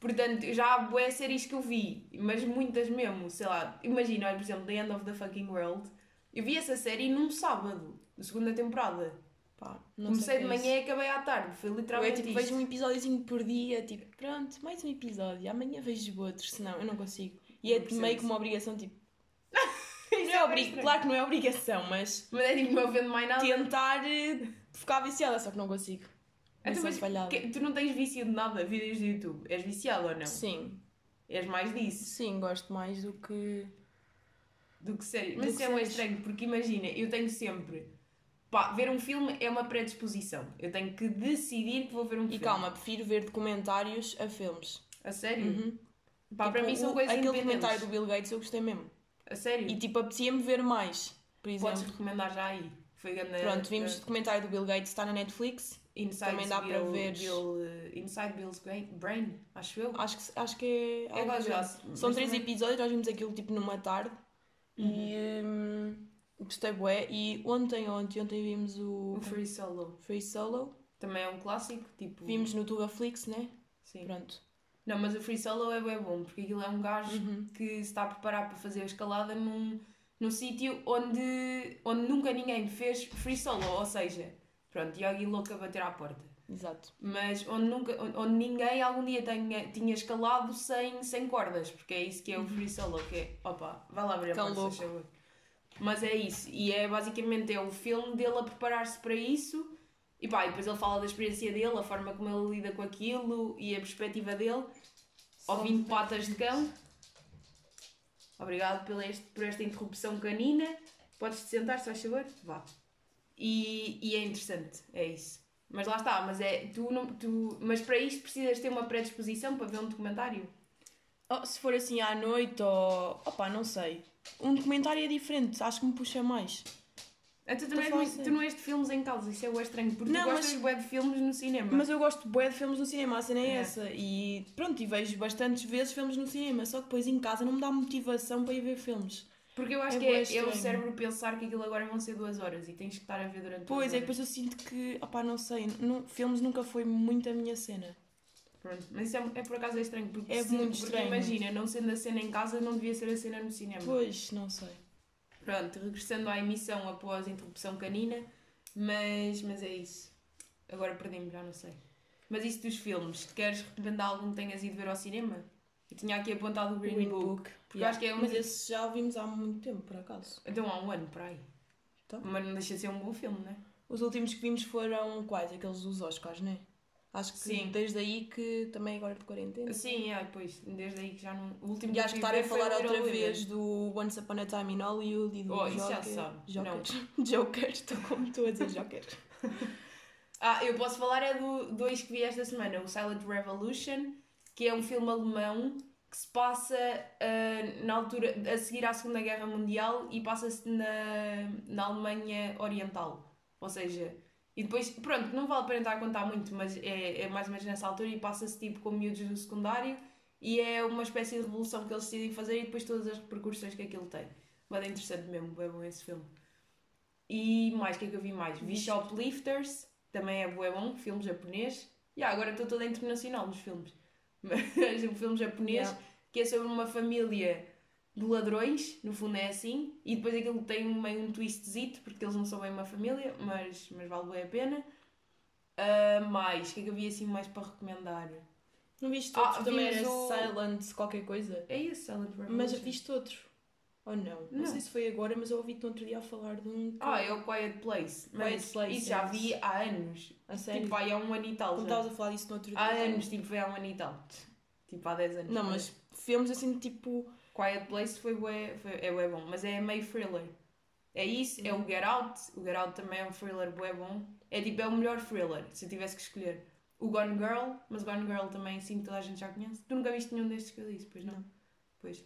[SPEAKER 1] Portanto, já há bué séries que eu vi, mas muitas mesmo. Sei lá, imagina, olha, por exemplo, The End of the Fucking World. Eu vi essa série num sábado, da segunda temporada.
[SPEAKER 2] pá, não
[SPEAKER 1] Comecei
[SPEAKER 2] sei
[SPEAKER 1] de
[SPEAKER 2] o que é isso.
[SPEAKER 1] manhã e acabei à tarde. Foi
[SPEAKER 2] Eu é
[SPEAKER 1] literalmente
[SPEAKER 2] tipo,
[SPEAKER 1] isto.
[SPEAKER 2] vejo um episódiozinho por dia, tipo, pronto, mais um episódio, amanhã vejo outro, senão eu não consigo. E é
[SPEAKER 1] Não percebo
[SPEAKER 2] meio que
[SPEAKER 1] isso.
[SPEAKER 2] uma obrigação,
[SPEAKER 1] [LAUGHS]
[SPEAKER 2] tipo,
[SPEAKER 1] Isso
[SPEAKER 2] não é
[SPEAKER 1] é
[SPEAKER 2] obri-
[SPEAKER 1] bem estranho.
[SPEAKER 2] claro que não é obrigação, mas
[SPEAKER 1] Mas é tipo, não havendo mais nada.
[SPEAKER 2] tentar eh, ficar viciada, só que não consigo.
[SPEAKER 1] Então,
[SPEAKER 2] Então,
[SPEAKER 1] mas
[SPEAKER 2] falhada.
[SPEAKER 1] que- tu não tens vício de nada, vídeos do YouTube. És viciado ou não?
[SPEAKER 2] Sim,
[SPEAKER 1] És mais disso.
[SPEAKER 2] sim, gosto mais do que.
[SPEAKER 1] do que séries. Mas
[SPEAKER 2] que
[SPEAKER 1] isso é mais
[SPEAKER 2] séries.
[SPEAKER 1] estranho, porque imagina, eu tenho sempre. Pá, ver um filme é uma predisposição. Eu tenho que decidir que vou ver um
[SPEAKER 2] E
[SPEAKER 1] filme.
[SPEAKER 2] calma, prefiro ver documentários a filmes.
[SPEAKER 1] A sério?
[SPEAKER 2] Uhum.
[SPEAKER 1] Pá, para
[SPEAKER 2] Tipo,
[SPEAKER 1] mim são
[SPEAKER 2] o-
[SPEAKER 1] coisas
[SPEAKER 2] Aquele
[SPEAKER 1] independentes.
[SPEAKER 2] documentário do Bill Gates eu gostei mesmo.
[SPEAKER 1] A sério?
[SPEAKER 2] E tipo, apetecia-me ver mais, por exemplo.
[SPEAKER 1] Podes é. recomendar já aí. Foi grande.
[SPEAKER 2] Pronto, vimos o documentário do Bill Gates, está na Netflix.
[SPEAKER 1] Inside
[SPEAKER 2] também dá para
[SPEAKER 1] Bill-
[SPEAKER 2] ver.
[SPEAKER 1] Bill, eh, Inside Bill's Brain, Brain, acho eu.
[SPEAKER 2] Acho que, acho que é.
[SPEAKER 1] Eu gosto já.
[SPEAKER 2] São
[SPEAKER 1] Mas
[SPEAKER 2] três
[SPEAKER 1] também-
[SPEAKER 2] episódios, nós vimos aquilo tipo numa tarde. E hum, gostei bué. E ontem, ontem, ontem vimos o
[SPEAKER 1] O Free Solo.
[SPEAKER 2] Free Uhum. Solo.
[SPEAKER 1] Também é um clássico, tipo.
[SPEAKER 2] Vimos no Tugaflix, né?
[SPEAKER 1] Sim.
[SPEAKER 2] Pronto.
[SPEAKER 1] Não, mas o Free Solo é bem bom, porque aquilo é um gajo que se está a preparar para fazer a escalada num, num sítio onde, onde nunca ninguém fez Free Solo, ou seja, pronto, Yogi Louco a bater à porta.
[SPEAKER 2] Exato.
[SPEAKER 1] Mas onde, nunca, onde, onde ninguém algum dia tenha, tinha escalado sem, sem cordas, porque é isso que é o Free Solo, que é, opa, vai lá abrir a
[SPEAKER 2] Cão
[SPEAKER 1] porta,
[SPEAKER 2] louco.
[SPEAKER 1] se faz favor. Mas é isso, e é basicamente é o filme dele a preparar-se para isso, e pá, e depois ele fala da experiência dele, a forma como ele lida com aquilo, e a perspectiva dele, ouvindo patas de cão. Obrigado pela este- por esta interrupção canina. Podes-te sentar, se faz favor? Vá. E, e é interessante, é isso. Mas lá está, mas é tu não tu, mas para isto precisas ter uma predisposição para ver um documentário.
[SPEAKER 2] Oh, se for assim à noite ou. opá, não sei. Um documentário é diferente, acho que me puxa mais.
[SPEAKER 1] Então também
[SPEAKER 2] Estou a falar
[SPEAKER 1] não-
[SPEAKER 2] sério.
[SPEAKER 1] tu não és de filmes em casa, isso é o estranho, porque
[SPEAKER 2] Não,
[SPEAKER 1] tu gostas
[SPEAKER 2] mas-
[SPEAKER 1] bué de filmes no cinema.
[SPEAKER 2] Mas eu gosto bué de filmes no cinema, a cena é,
[SPEAKER 1] É.
[SPEAKER 2] essa. E pronto, e vejo bastantes vezes filmes no cinema, só que depois em casa não me dá motivação para ir ver filmes.
[SPEAKER 1] porque eu acho
[SPEAKER 2] é
[SPEAKER 1] que
[SPEAKER 2] bué
[SPEAKER 1] é, é o
[SPEAKER 2] estranho.
[SPEAKER 1] cérebro pensar que aquilo agora vão ser duas horas e tens que estar a ver durante duas
[SPEAKER 2] Pois é,
[SPEAKER 1] horas.
[SPEAKER 2] depois eu sinto que, opá, não sei, nu- filmes nunca foi muito a minha cena.
[SPEAKER 1] Pronto. Mas isso é, é por acaso é estranho, porque,
[SPEAKER 2] É
[SPEAKER 1] se-
[SPEAKER 2] muito
[SPEAKER 1] porque
[SPEAKER 2] estranho.
[SPEAKER 1] imagina, não sendo a cena em casa, não devia ser a cena no cinema.
[SPEAKER 2] Pois, não sei.
[SPEAKER 1] Pronto, regressando à emissão após a interrupção canina, mas, mas é isso. Agora perdi-me, já não sei. Mas isso dos filmes, queres recomendar algum que tenhas ido ver ao cinema? Eu tinha aqui apontado o Green, Book.
[SPEAKER 2] Porque
[SPEAKER 1] eu acho que é um-
[SPEAKER 2] Mas esse já o vimos há muito tempo, por acaso.
[SPEAKER 1] Então há um ano, para aí.
[SPEAKER 2] Então?
[SPEAKER 1] Mas não deixa de ser um bom filme, né?
[SPEAKER 2] Os últimos que vimos foram quais? Aqueles dos Oscars, não é? Acho que
[SPEAKER 1] Sim.
[SPEAKER 2] desde aí que também agora de quarentena.
[SPEAKER 1] Sim, é, pois, desde aí que já não. O último
[SPEAKER 2] E acho que
[SPEAKER 1] eu fui
[SPEAKER 2] estarem a
[SPEAKER 1] ver foi o
[SPEAKER 2] falar outra
[SPEAKER 1] Little Women.
[SPEAKER 2] vez do Once Upon a Time in Hollywood e do
[SPEAKER 1] Oh,
[SPEAKER 2] Joker.
[SPEAKER 1] isso já se sabe.
[SPEAKER 2] Joker. [LAUGHS] Joker, estou como estou a dizer Joker.
[SPEAKER 1] Ah, eu posso falar é do dois que vi esta semana, o Silent Revolution, que é um filme alemão que se passa ah, na altura a seguir à Segunda Guerra Mundial e passa-se na, na Alemanha Oriental. Ou seja, e depois, pronto, não vale para entrar a contar muito, mas é, é mais ou menos nessa altura e passa-se tipo com miúdos do secundário e é uma espécie de revolução que eles decidem fazer e depois todas as repercussões que aquilo tem. Mas é interessante mesmo, é bom esse filme. E mais, o que é que eu vi mais? Vi
[SPEAKER 2] Visto.
[SPEAKER 1] Shoplifters, também é bué bom, filme japonês. E ah, agora estou toda internacional nos filmes. [LAUGHS] Mas um filme japonês
[SPEAKER 2] Yeah.
[SPEAKER 1] que é sobre uma família de ladrões, no fundo é assim, e depois aquilo tem um- meio um twistzito, porque eles não são bem uma família, mas, mas vale bem a pena. Ah, mais, o que é que eu vi assim mais para recomendar?
[SPEAKER 2] Não viste
[SPEAKER 1] Ah,
[SPEAKER 2] outro? também
[SPEAKER 1] vimos
[SPEAKER 2] era
[SPEAKER 1] o-
[SPEAKER 2] Silent qualquer coisa.
[SPEAKER 1] É isso, Silent Revolution.
[SPEAKER 2] Mas já viste outro? Ou não? não?
[SPEAKER 1] Não.
[SPEAKER 2] sei se foi agora, mas eu ouvi-te no outro dia a falar de um...
[SPEAKER 1] Ah, é o Quiet Place. Mas
[SPEAKER 2] Quiet Place,
[SPEAKER 1] isso
[SPEAKER 2] é
[SPEAKER 1] já
[SPEAKER 2] isso.
[SPEAKER 1] vi há anos.
[SPEAKER 2] A sério?
[SPEAKER 1] Tipo, vai há um ano e tal.
[SPEAKER 2] Como
[SPEAKER 1] já.
[SPEAKER 2] estavas a falar disso no outro dia.
[SPEAKER 1] Há
[SPEAKER 2] também.
[SPEAKER 1] anos, tipo, foi há um ano e tal. Tipo, há 10 anos.
[SPEAKER 2] Não, mas filmes assim, tipo...
[SPEAKER 1] Quiet Place foi, bué, foi é bué bom, mas é meio thriller. É isso, é
[SPEAKER 2] Uhum.
[SPEAKER 1] o Get Out. O Get Out também é um thriller bué bom. É tipo, é o melhor thriller, se eu tivesse que escolher. O Gone Girl, mas Gone Girl também, sim, que toda a gente já conhece. Tu nunca viste nenhum destes que eu disse, pois não? Pois.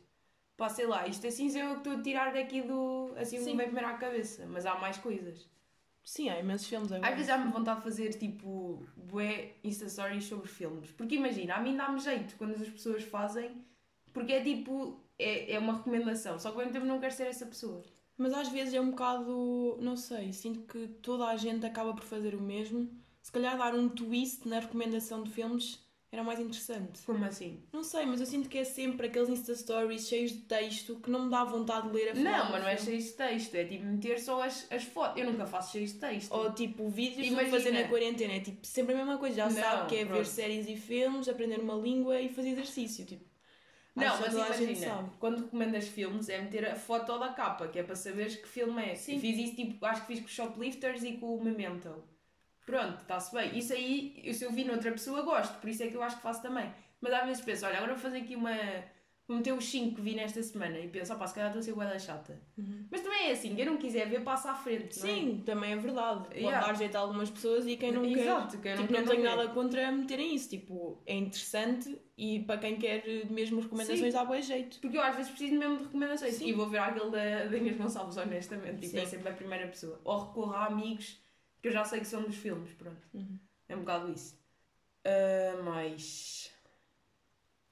[SPEAKER 1] Pá, sei lá, isto assim sou eu que estou a tirar daqui do... Assim, o que
[SPEAKER 2] Sim.
[SPEAKER 1] me vem primeiro à cabeça. Mas há mais coisas.
[SPEAKER 2] Sim, há imensos filmes agora.
[SPEAKER 1] Às vezes dá-me vontade de fazer tipo bué Insta Stories sobre filmes. Porque imagina, a mim dá-me jeito quando as pessoas fazem, porque é tipo, é, é uma recomendação. Só que ao mesmo tempo não quero ser essa pessoa.
[SPEAKER 2] Mas às vezes é um bocado... Não sei, sinto que toda a gente acaba por fazer o mesmo. Se calhar dar um twist na recomendação de filmes era mais interessante.
[SPEAKER 1] Como assim?
[SPEAKER 2] Não sei, mas eu sinto que é sempre aqueles Insta Stories cheios de texto que não me dá vontade de ler a final
[SPEAKER 1] Não,
[SPEAKER 2] do
[SPEAKER 1] mas não é
[SPEAKER 2] filme.
[SPEAKER 1] cheio de texto, é tipo meter só as, as fotos. Eu nunca faço cheio de texto.
[SPEAKER 2] Ou tipo vídeos
[SPEAKER 1] Imagina.
[SPEAKER 2] para fazer na quarentena, é tipo sempre a mesma coisa, já
[SPEAKER 1] Não,
[SPEAKER 2] sabe que é ver
[SPEAKER 1] pronto.
[SPEAKER 2] séries e filmes, aprender uma língua e fazer exercício, tipo.
[SPEAKER 1] não,
[SPEAKER 2] acho que
[SPEAKER 1] mas
[SPEAKER 2] toda a gente
[SPEAKER 1] imagina,
[SPEAKER 2] sabe.
[SPEAKER 1] quando recomendas filmes é meter a foto da capa, que é para saberes que filme é.
[SPEAKER 2] Sim.
[SPEAKER 1] E Fiz isso tipo, acho que fiz com o Shoplifters e com o Memento. Pronto, está-se bem. Isso aí, eu, se eu vi noutra pessoa, gosto, por isso é que eu acho que faço também. Mas às vezes penso, olha, agora vou fazer aqui uma, vou meter os 5 que vi nesta semana e penso, opá, se calhar estou a ser bué da chata.
[SPEAKER 2] Uhum.
[SPEAKER 1] Mas também é assim, quem não quiser ver, passa à frente. não é?
[SPEAKER 2] Sim, também é verdade. Pode
[SPEAKER 1] Yeah.
[SPEAKER 2] dar jeito a algumas pessoas e quem não quer.
[SPEAKER 1] Exato, quem
[SPEAKER 2] Tipo,
[SPEAKER 1] não,
[SPEAKER 2] não,
[SPEAKER 1] quer,
[SPEAKER 2] tenho
[SPEAKER 1] não vê.
[SPEAKER 2] nada contra meterem isso. Tipo, é interessante e para quem quer eh, mesmo recomendações dá bom jeito.
[SPEAKER 1] Porque eu às vezes preciso mesmo de recomendações.
[SPEAKER 2] Sim.
[SPEAKER 1] E vou ver aquele da, da Inês Gonçalves, honestamente. Tipo,
[SPEAKER 2] Sim.
[SPEAKER 1] é sempre a primeira pessoa. Ou recorro a amigos que eu já sei que são dos filmes, pronto.
[SPEAKER 2] Uhum.
[SPEAKER 1] É um bocado isso. Ah, mas.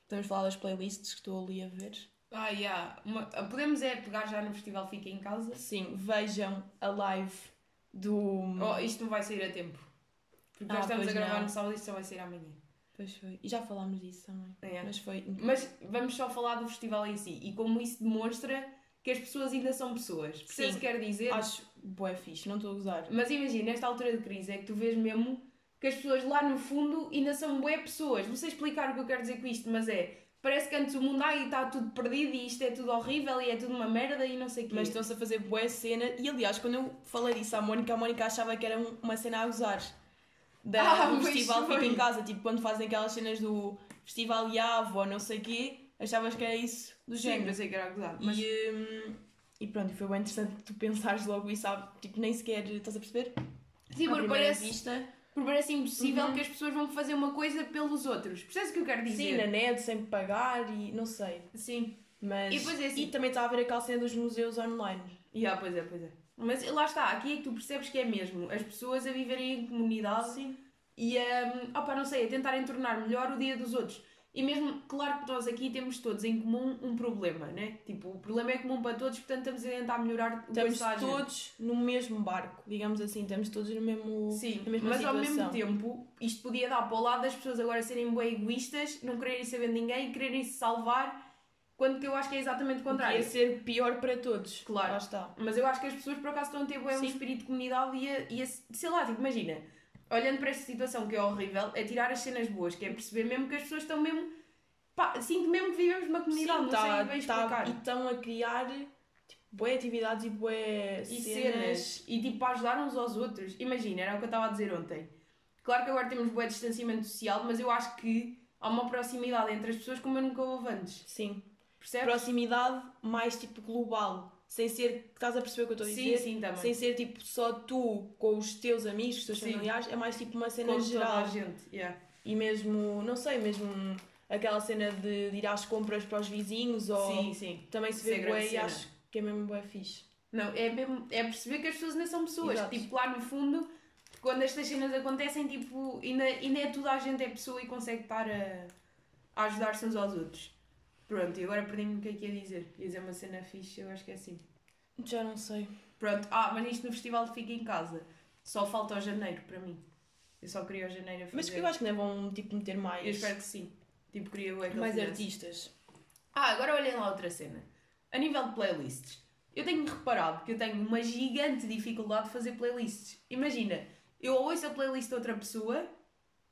[SPEAKER 2] Podemos falar das playlists que estou ali a ver.
[SPEAKER 1] Ah, yeah. Uma- Podemos é pegar já no festival Fica em Casa.
[SPEAKER 2] Sim, vejam a live do.
[SPEAKER 1] Oh, isto não vai sair a tempo. Porque
[SPEAKER 2] Uhum. Ah,
[SPEAKER 1] nós estamos a
[SPEAKER 2] pois
[SPEAKER 1] gravar
[SPEAKER 2] não.
[SPEAKER 1] no sábado e isto só vai sair amanhã.
[SPEAKER 2] Pois foi. E já falámos disso também.
[SPEAKER 1] É.
[SPEAKER 2] Mas foi. incrível.
[SPEAKER 1] Mas vamos só falar do festival em si e como isso demonstra que as pessoas ainda são pessoas. Percebes o
[SPEAKER 2] Sim.
[SPEAKER 1] que quer dizer?
[SPEAKER 2] Acho bué fixe, não estou a gozar.
[SPEAKER 1] Mas imagina, nesta altura de crise é que tu vês mesmo que as pessoas lá no fundo ainda são bué pessoas. Não sei explicar o que eu quero dizer com isto, mas é. Parece que antes o mundo ai, está tudo perdido e isto é tudo horrível e é tudo uma merda e não sei o quê.
[SPEAKER 2] Mas estão-se a fazer boa cena. E aliás, quando eu falei disso à Mónica, a Mónica achava que era um- uma cena a gozar. Da,
[SPEAKER 1] Ah,
[SPEAKER 2] do
[SPEAKER 1] pois
[SPEAKER 2] festival
[SPEAKER 1] foi.
[SPEAKER 2] Fica em Casa, tipo quando fazem aquelas cenas do Festival Iavo ou não sei o quê, achavas que era isso do
[SPEAKER 1] Sim,
[SPEAKER 2] género.
[SPEAKER 1] pensei é que era gozado. Mas...
[SPEAKER 2] E, hum, e pronto, foi bem interessante que tu pensares logo isso, sabe? Tipo, nem sequer estás a perceber?
[SPEAKER 1] Sim, porque
[SPEAKER 2] À primeira
[SPEAKER 1] parece,
[SPEAKER 2] vista.
[SPEAKER 1] porque parece impossível que as pessoas vão fazer uma coisa pelos outros. Percebes o que eu quero
[SPEAKER 2] Sim, na
[SPEAKER 1] dizer?
[SPEAKER 2] net, sem pagar e não sei.
[SPEAKER 1] Sim.
[SPEAKER 2] Mas...
[SPEAKER 1] E depois é assim-
[SPEAKER 2] e também está a ver aquela cena dos museus online.
[SPEAKER 1] Ya, pois é, pois é. Mas lá está, aqui é que tu percebes que é mesmo as pessoas a viverem em comunidade
[SPEAKER 2] Sim.
[SPEAKER 1] e a, opa, não sei, a tentarem tornar melhor o dia dos outros. E mesmo, claro que nós aqui temos todos em comum um problema, né? Tipo, o problema é comum para todos, portanto estamos a tentar melhorar o
[SPEAKER 2] Estamos
[SPEAKER 1] coisa à gente.
[SPEAKER 2] todos no mesmo barco, digamos assim, estamos todos no mesmo.
[SPEAKER 1] Sim,
[SPEAKER 2] na mesma
[SPEAKER 1] mas ao mesmo
[SPEAKER 2] situação.
[SPEAKER 1] tempo, isto podia dar para o lado das pessoas agora serem bem egoístas, não quererem saber de ninguém, quererem se salvar, quando que eu acho que é exatamente o contrário.
[SPEAKER 2] Ia ser pior para todos.
[SPEAKER 1] Claro.
[SPEAKER 2] Lá está.
[SPEAKER 1] Mas eu acho que as pessoas por acaso estão a ter bué, um
[SPEAKER 2] Sim.
[SPEAKER 1] espírito de comunidade e, a, e a- sei lá, tipo, imagina, olhando para esta situação que é horrível, é tirar as cenas boas, que é perceber mesmo que as pessoas estão mesmo. Pá, sinto mesmo que vivemos numa comunidade, não
[SPEAKER 2] tá-
[SPEAKER 1] sei bem
[SPEAKER 2] tá-
[SPEAKER 1] explicar.
[SPEAKER 2] e estão a criar tipo, boé atividades e boé
[SPEAKER 1] e cenas e tipo para ajudar uns aos outros. Imagina, era o que eu estava a dizer ontem. Claro que agora temos bué distanciamento social, mas eu acho que há uma proximidade entre as pessoas como eu nunca houve antes.
[SPEAKER 2] Sim.
[SPEAKER 1] Percebes?
[SPEAKER 2] Proximidade mais tipo global. Sem ser. Estás a perceber o que eu estou a
[SPEAKER 1] sim,
[SPEAKER 2] dizer?
[SPEAKER 1] sim, também.
[SPEAKER 2] Sem ser tipo só tu com os teus amigos, os teus
[SPEAKER 1] Sim.
[SPEAKER 2] familiares, é mais tipo uma
[SPEAKER 1] Com
[SPEAKER 2] cena
[SPEAKER 1] toda
[SPEAKER 2] geral.
[SPEAKER 1] a gente. yeah.
[SPEAKER 2] E mesmo, não sei, mesmo aquela cena de, de ir às compras para os vizinhos ou.
[SPEAKER 1] Sim, sim.
[SPEAKER 2] Também se
[SPEAKER 1] Isso é
[SPEAKER 2] vê
[SPEAKER 1] grande
[SPEAKER 2] bué e
[SPEAKER 1] cena.
[SPEAKER 2] acho que é mesmo bué fixe.
[SPEAKER 1] Não, é, mesmo- é perceber que as pessoas ainda são pessoas.
[SPEAKER 2] Exato.
[SPEAKER 1] Tipo, lá no fundo, quando estas cenas acontecem, tipo, ainda, ainda é toda a gente é pessoa e consegue estar a, a ajudar-se uns aos outros. Pronto, e agora perdi-me o que é que ia dizer. Ia dizer uma cena fixe, eu acho que é assim.
[SPEAKER 2] Já não sei.
[SPEAKER 1] Pronto, ah, mas isto no festival fica em casa. Só falta o janeiro para mim. Eu só queria o janeiro a fazer.
[SPEAKER 2] Mas que eu acho que ainda vão tipo meter mais,
[SPEAKER 1] Eu espero que sim. Tipo, queria o
[SPEAKER 2] mais artistas.
[SPEAKER 1] Ah, agora olhem lá outra cena. A nível de playlists, eu tenho reparado que eu tenho uma gigante dificuldade de fazer playlists. Imagina, eu ouço a playlist de outra pessoa.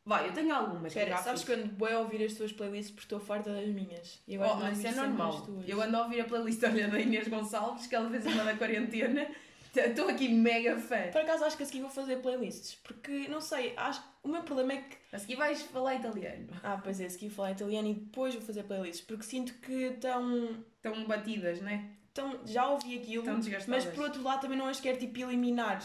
[SPEAKER 1] Vai, eu tenho algumas.
[SPEAKER 2] Espera,
[SPEAKER 1] já
[SPEAKER 2] sabes
[SPEAKER 1] fiz.
[SPEAKER 2] quando vou ouvir as tuas playlists porque estou farta das minhas. E
[SPEAKER 1] Oh,
[SPEAKER 2] ando a
[SPEAKER 1] mas isso
[SPEAKER 2] ouvir
[SPEAKER 1] é
[SPEAKER 2] sempre
[SPEAKER 1] normal.
[SPEAKER 2] as tuas.
[SPEAKER 1] Eu ando a ouvir a playlist olha, da Inês Gonçalves, que ela fez uma da quarentena. Estou aqui mega fã.
[SPEAKER 2] Por acaso acho que a seguir vou fazer playlists, porque não sei, acho o meu problema é que.
[SPEAKER 1] A seguir vais falar italiano.
[SPEAKER 2] Ah, pois é, a seguir vou falar italiano e depois vou fazer playlists, porque sinto que estão.
[SPEAKER 1] Estão batidas, né?
[SPEAKER 2] Tão, já ouvi aquilo,
[SPEAKER 1] Estão desgastadas.
[SPEAKER 2] mas por outro lado também não as quero tipo eliminar,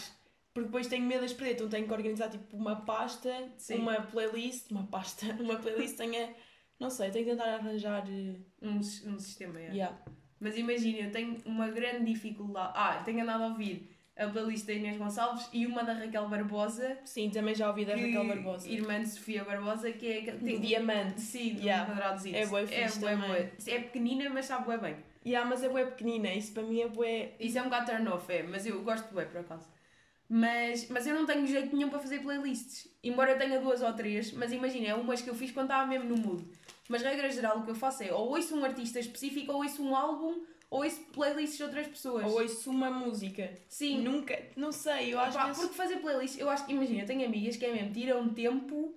[SPEAKER 2] porque depois tenho medo de as perder, então tenho que organizar tipo uma pasta,
[SPEAKER 1] Sim.
[SPEAKER 2] uma playlist, uma pasta, [LAUGHS] uma playlist tenha, não sei, tenho que tentar arranjar. eh,
[SPEAKER 1] Um, sis- um sistema, é.
[SPEAKER 2] yeah.
[SPEAKER 1] Mas imagina, eu tenho uma grande dificuldade. Ah, tenho andado a ouvir a playlist da Inês Gonçalves e uma da Raquel Barbosa.
[SPEAKER 2] Sim, também já ouvi da
[SPEAKER 1] que-
[SPEAKER 2] Raquel Barbosa.
[SPEAKER 1] Irmã de Sofia Barbosa, que é aquele.
[SPEAKER 2] Do
[SPEAKER 1] tem- um
[SPEAKER 2] Diamante.
[SPEAKER 1] Sim, do
[SPEAKER 2] Uhum. Yeah.
[SPEAKER 1] quadradozinho.
[SPEAKER 2] É bué
[SPEAKER 1] é,
[SPEAKER 2] fixe
[SPEAKER 1] bué,
[SPEAKER 2] também.
[SPEAKER 1] bué. é pequenina, mas sabe bué bem.
[SPEAKER 2] Yeah, mas é bué pequenina, isso para mim é bué.
[SPEAKER 1] Isso é um bocado turn off, é, mas eu gosto de bué por acaso. Mas, mas eu não tenho jeito nenhum para fazer playlists. Embora eu tenha duas ou três, mas imagina, é umas que eu fiz quando estava mesmo no mood. Mas regra geral, o que eu faço é ou ouço um artista específico, ou ouço um álbum, ou ouço playlists de outras pessoas.
[SPEAKER 2] Ou ouço uma música.
[SPEAKER 1] Sim,
[SPEAKER 2] Nunca, não sei, eu acho é
[SPEAKER 1] Pá,
[SPEAKER 2] vezes...
[SPEAKER 1] Porque fazer playlist, eu acho que, imagina, eu tenho amigas que é mesmo, tiram tempo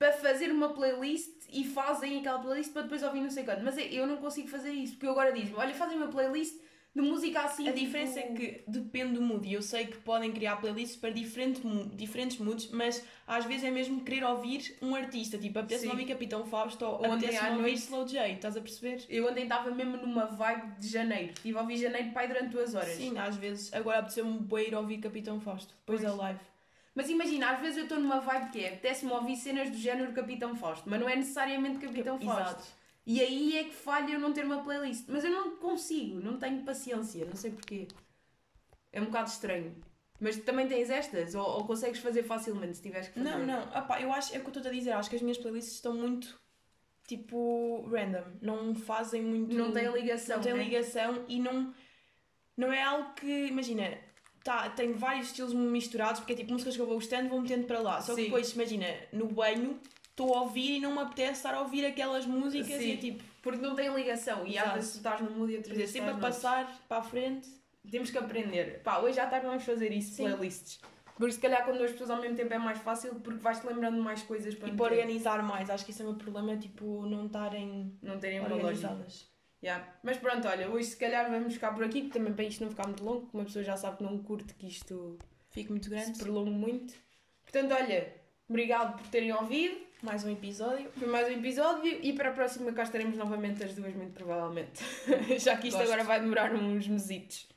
[SPEAKER 1] para fazer uma playlist e é, fazem aquela playlist para depois ouvir não sei quando. Mas eu não consigo fazer isso, porque eu agora diz-me, olha, fazem uma playlist de música assim.
[SPEAKER 2] A
[SPEAKER 1] tipo-
[SPEAKER 2] diferença é que depende do mood. E eu sei que podem criar playlists para diferente, mu- diferentes moods, mas às vezes é mesmo querer ouvir um artista. Tipo, apetece-me
[SPEAKER 1] Sim.
[SPEAKER 2] ouvir Capitão Fausto ou
[SPEAKER 1] Ontem à
[SPEAKER 2] apetece-me ouvir
[SPEAKER 1] noite-
[SPEAKER 2] Slow J. Estás a perceber?
[SPEAKER 1] Eu ontem estava mesmo numa vibe de janeiro. Estive a ouvir janeiro pai durante duas horas.
[SPEAKER 2] Sim, às vezes. Agora apeteceu-me bué ir ouvir Capitão Fausto, depois
[SPEAKER 1] Pois.
[SPEAKER 2] da live.
[SPEAKER 1] Mas imagina, às vezes eu estou numa vibe que é, apetece-me ouvir cenas do género Capitão Fausto, mas não é necessariamente Capitão Fausto.
[SPEAKER 2] Exato.
[SPEAKER 1] E aí é que falha eu não ter uma playlist. Mas eu não consigo, não tenho paciência, não sei porquê. É um bocado estranho. Mas também tens estas? Ou, ou consegues fazer facilmente se tiveres que fazer?
[SPEAKER 2] Não, não. Opá, eu acho, é o que eu estou a dizer. Acho que as minhas playlists estão muito, tipo, random. Não fazem muito...
[SPEAKER 1] Não tem ligação.
[SPEAKER 2] não tem
[SPEAKER 1] né?
[SPEAKER 2] ligação e não, não é algo que, imagina, tá, tem vários estilos misturados, porque é tipo músicas que eu vou gostando vou metendo para lá. Só que
[SPEAKER 1] Sim.
[SPEAKER 2] depois, imagina, no banho estou a ouvir e não me apetece estar a ouvir aquelas músicas e é
[SPEAKER 1] Sim.
[SPEAKER 2] tipo,
[SPEAKER 1] Porque não tem ligação. E às
[SPEAKER 2] Exato.
[SPEAKER 1] vezes tu estás num mood e
[SPEAKER 2] quer
[SPEAKER 1] outras
[SPEAKER 2] dizer,
[SPEAKER 1] vezes
[SPEAKER 2] sempre a
[SPEAKER 1] estás noutro.
[SPEAKER 2] passar para a frente.
[SPEAKER 1] Temos que aprender. Pá, hoje à tarde vamos fazer isso,
[SPEAKER 2] Sim.
[SPEAKER 1] playlists. Porque se calhar com duas pessoas ao mesmo tempo é mais fácil porque vais-te lembrando de mais coisas para
[SPEAKER 2] E para
[SPEAKER 1] meter.
[SPEAKER 2] organizar mais, acho que isso é o meu problema, tipo, não estarem
[SPEAKER 1] não terem uma lógica.
[SPEAKER 2] organizadas.
[SPEAKER 1] Yeah. Mas pronto, olha, hoje se calhar vamos ficar por aqui, também para isto não ficar muito longo, porque uma pessoa já sabe que não curte que isto
[SPEAKER 2] Fico muito grande.
[SPEAKER 1] se prolongue muito. Portanto, olha, obrigado por terem ouvido.
[SPEAKER 2] Mais um episódio.
[SPEAKER 1] Foi mais um episódio e para a próxima cá estaremos novamente as duas, muito provavelmente. [LAUGHS] Já que isto
[SPEAKER 2] Gosto.
[SPEAKER 1] agora vai demorar uns mesitos.